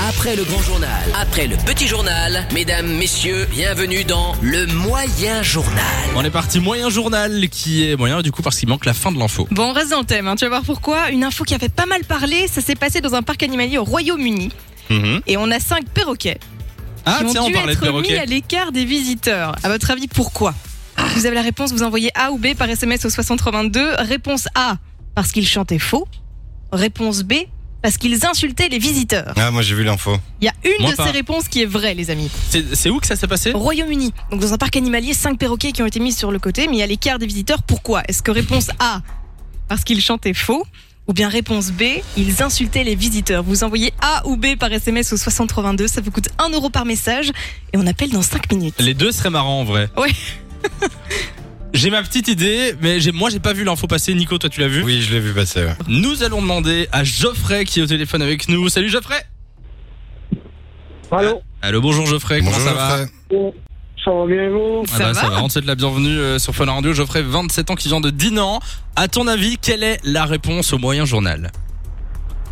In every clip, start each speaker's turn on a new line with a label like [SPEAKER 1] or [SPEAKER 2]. [SPEAKER 1] Après le grand journal, après le petit journal, mesdames, messieurs, bienvenue dans le moyen journal.
[SPEAKER 2] On est parti moyen journal qui est moyen du coup parce qu'il manque la fin de l'info.
[SPEAKER 3] Bon, on reste dans le thème, hein. tu vas voir pourquoi. Une info qui a fait pas mal parler, ça s'est passé dans un parc animalier au Royaume-Uni. Et on a cinq perroquets
[SPEAKER 2] Mhm. Ah
[SPEAKER 3] qui ont
[SPEAKER 2] tiens on
[SPEAKER 3] dû
[SPEAKER 2] parlait de
[SPEAKER 3] être mis
[SPEAKER 2] perroquet.
[SPEAKER 3] à l'écart des visiteurs. À votre avis, pourquoi Si vous avez la réponse, vous envoyez A ou B par SMS au 6032. Réponse A, parce qu'ils chantaient faux. Réponse B, parce qu'ils insultaient les visiteurs.
[SPEAKER 4] Ah, moi j'ai vu l'info.
[SPEAKER 2] Hum.
[SPEAKER 3] Il y a une
[SPEAKER 2] Moi
[SPEAKER 3] de
[SPEAKER 2] pas.
[SPEAKER 3] ces réponses qui est vraie, les amis.
[SPEAKER 2] C'est c'est où que ça s'est passé
[SPEAKER 3] Au Royaume-Uni, donc dans un parc animalier, cinq perroquets qui ont été mis sur le côté, mais à l'écart des visiteurs. Pourquoi Est-ce que réponse A, parce qu'ils chantaient faux ou bien réponse B, ils insultaient les visiteurs. Vous envoyez A ou B par SMS au 6032, ça vous coûte 1 euro par message et on appelle dans 5 minutes.
[SPEAKER 2] Les deux seraient marrants en vrai.
[SPEAKER 3] Ouais.
[SPEAKER 2] j'ai ma petite idée, mais j'ai- moi j'ai pas vu l'info passer. Nico, toi tu l'as vu
[SPEAKER 4] Oui, je l'ai vu passer. ouais.
[SPEAKER 2] Nous allons demander à Geoffrey qui est au téléphone avec nous. Salut Geoffrey
[SPEAKER 5] Allô,
[SPEAKER 2] Allô, bonjour Geoffrey, comment
[SPEAKER 4] Bonjour,
[SPEAKER 2] ça va
[SPEAKER 4] Fred.
[SPEAKER 5] ça va bien et vous
[SPEAKER 2] Ah
[SPEAKER 3] Ça
[SPEAKER 2] bah,
[SPEAKER 3] va
[SPEAKER 2] Ça va, on te souhaite la bienvenue euh, sur Fun Radio. Geoffrey, 27 ans qui vient de Dinan. À ton avis, quelle est la réponse au moyen journal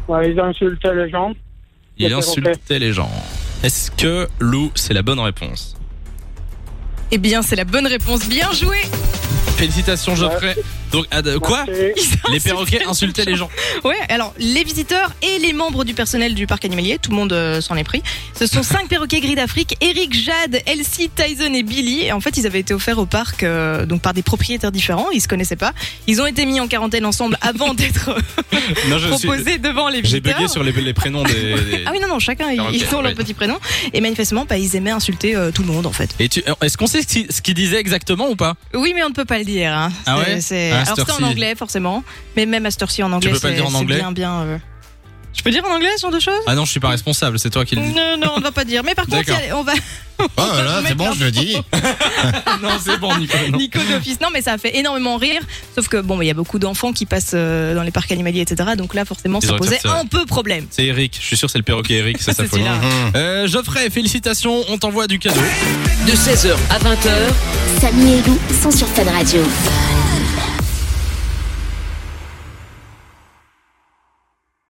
[SPEAKER 5] Ouais, Ils insultaient les gens.
[SPEAKER 2] Il
[SPEAKER 5] Les perroquets.
[SPEAKER 2] insultait les gens. Est-ce que Lou, c'est la bonne réponse
[SPEAKER 3] Eh bien, c'est la bonne réponse. Bien joué.
[SPEAKER 2] Félicitations Geoffrey. Donc à- de- quoi
[SPEAKER 5] Merci.
[SPEAKER 3] Ils
[SPEAKER 2] Les
[SPEAKER 3] insultaient
[SPEAKER 2] perroquets insultaient les gens.
[SPEAKER 3] Ouais, alors les visiteurs et les membres du personnel du parc animalier, tout le monde euh, s'en est pris. Ce sont cinq perroquets gris d'Afrique, Eric, Jade, Elsie, Tyson et Billy. Et en fait, ils avaient été offerts au parc euh, donc par des propriétaires différents, ils se connaissaient pas. Ils ont été mis en quarantaine ensemble avant d'être
[SPEAKER 2] Non, je suis-
[SPEAKER 3] proposés devant les
[SPEAKER 2] J'ai
[SPEAKER 3] visiteurs.
[SPEAKER 2] bugué sur les, les prénoms des. des-
[SPEAKER 3] Ah oui, non, non, chacun, ils,
[SPEAKER 2] Perroquets,
[SPEAKER 3] ils ont leur
[SPEAKER 2] oui.
[SPEAKER 3] petit prénom. Et manifestement, bah, ils aimaient insulter euh, tout le monde, en fait.
[SPEAKER 2] Et tu, est-ce qu'on sait ce qui- ce qu'il disait exactement ou pas
[SPEAKER 3] Oui, mais on ne peut pas le dire. hein.
[SPEAKER 2] Ah
[SPEAKER 3] C'est-
[SPEAKER 2] ouais
[SPEAKER 3] c'est-
[SPEAKER 2] Ah, à
[SPEAKER 3] Alors,
[SPEAKER 2] cette
[SPEAKER 3] c'est en
[SPEAKER 2] heure-ci.
[SPEAKER 3] anglais, forcément. Mais même à cette heure-ci, en anglais,
[SPEAKER 2] peux pas le
[SPEAKER 3] c'est
[SPEAKER 2] dire en
[SPEAKER 3] c'est
[SPEAKER 2] anglais
[SPEAKER 3] bien, bien. euh. Je peux dire en anglais ce genre de choses
[SPEAKER 2] Ah non, je suis pas responsable, c'est toi qui le dis.
[SPEAKER 3] Non, non, on ne va pas dire. Mais par contre,
[SPEAKER 2] D'accord.
[SPEAKER 3] il y a- on va.
[SPEAKER 4] Oh là là,
[SPEAKER 3] mettre
[SPEAKER 4] c'est bon, je le dis.
[SPEAKER 2] non, c'est bon, Nico. non.
[SPEAKER 3] Nico d'office. Non, mais ça a fait énormément rire. Sauf que, bon, bah, il y a beaucoup d'enfants qui passent euh, dans les parcs animaliers, etc. Donc là, forcément,
[SPEAKER 2] Ils
[SPEAKER 3] ça
[SPEAKER 2] auraient dû
[SPEAKER 3] posait
[SPEAKER 2] faire ça.
[SPEAKER 3] un peu problème.
[SPEAKER 2] C'est Eric, je suis sûr, c'est le perroquet Eric, c'est sa
[SPEAKER 3] C'est
[SPEAKER 2] folie.
[SPEAKER 3] celui-là.
[SPEAKER 4] Mhm.
[SPEAKER 2] Euh, Geoffrey, félicitations, on t'envoie du cadeau.
[SPEAKER 1] De 16h à 20h,
[SPEAKER 6] Samy et Lou sont sur Fun Radio.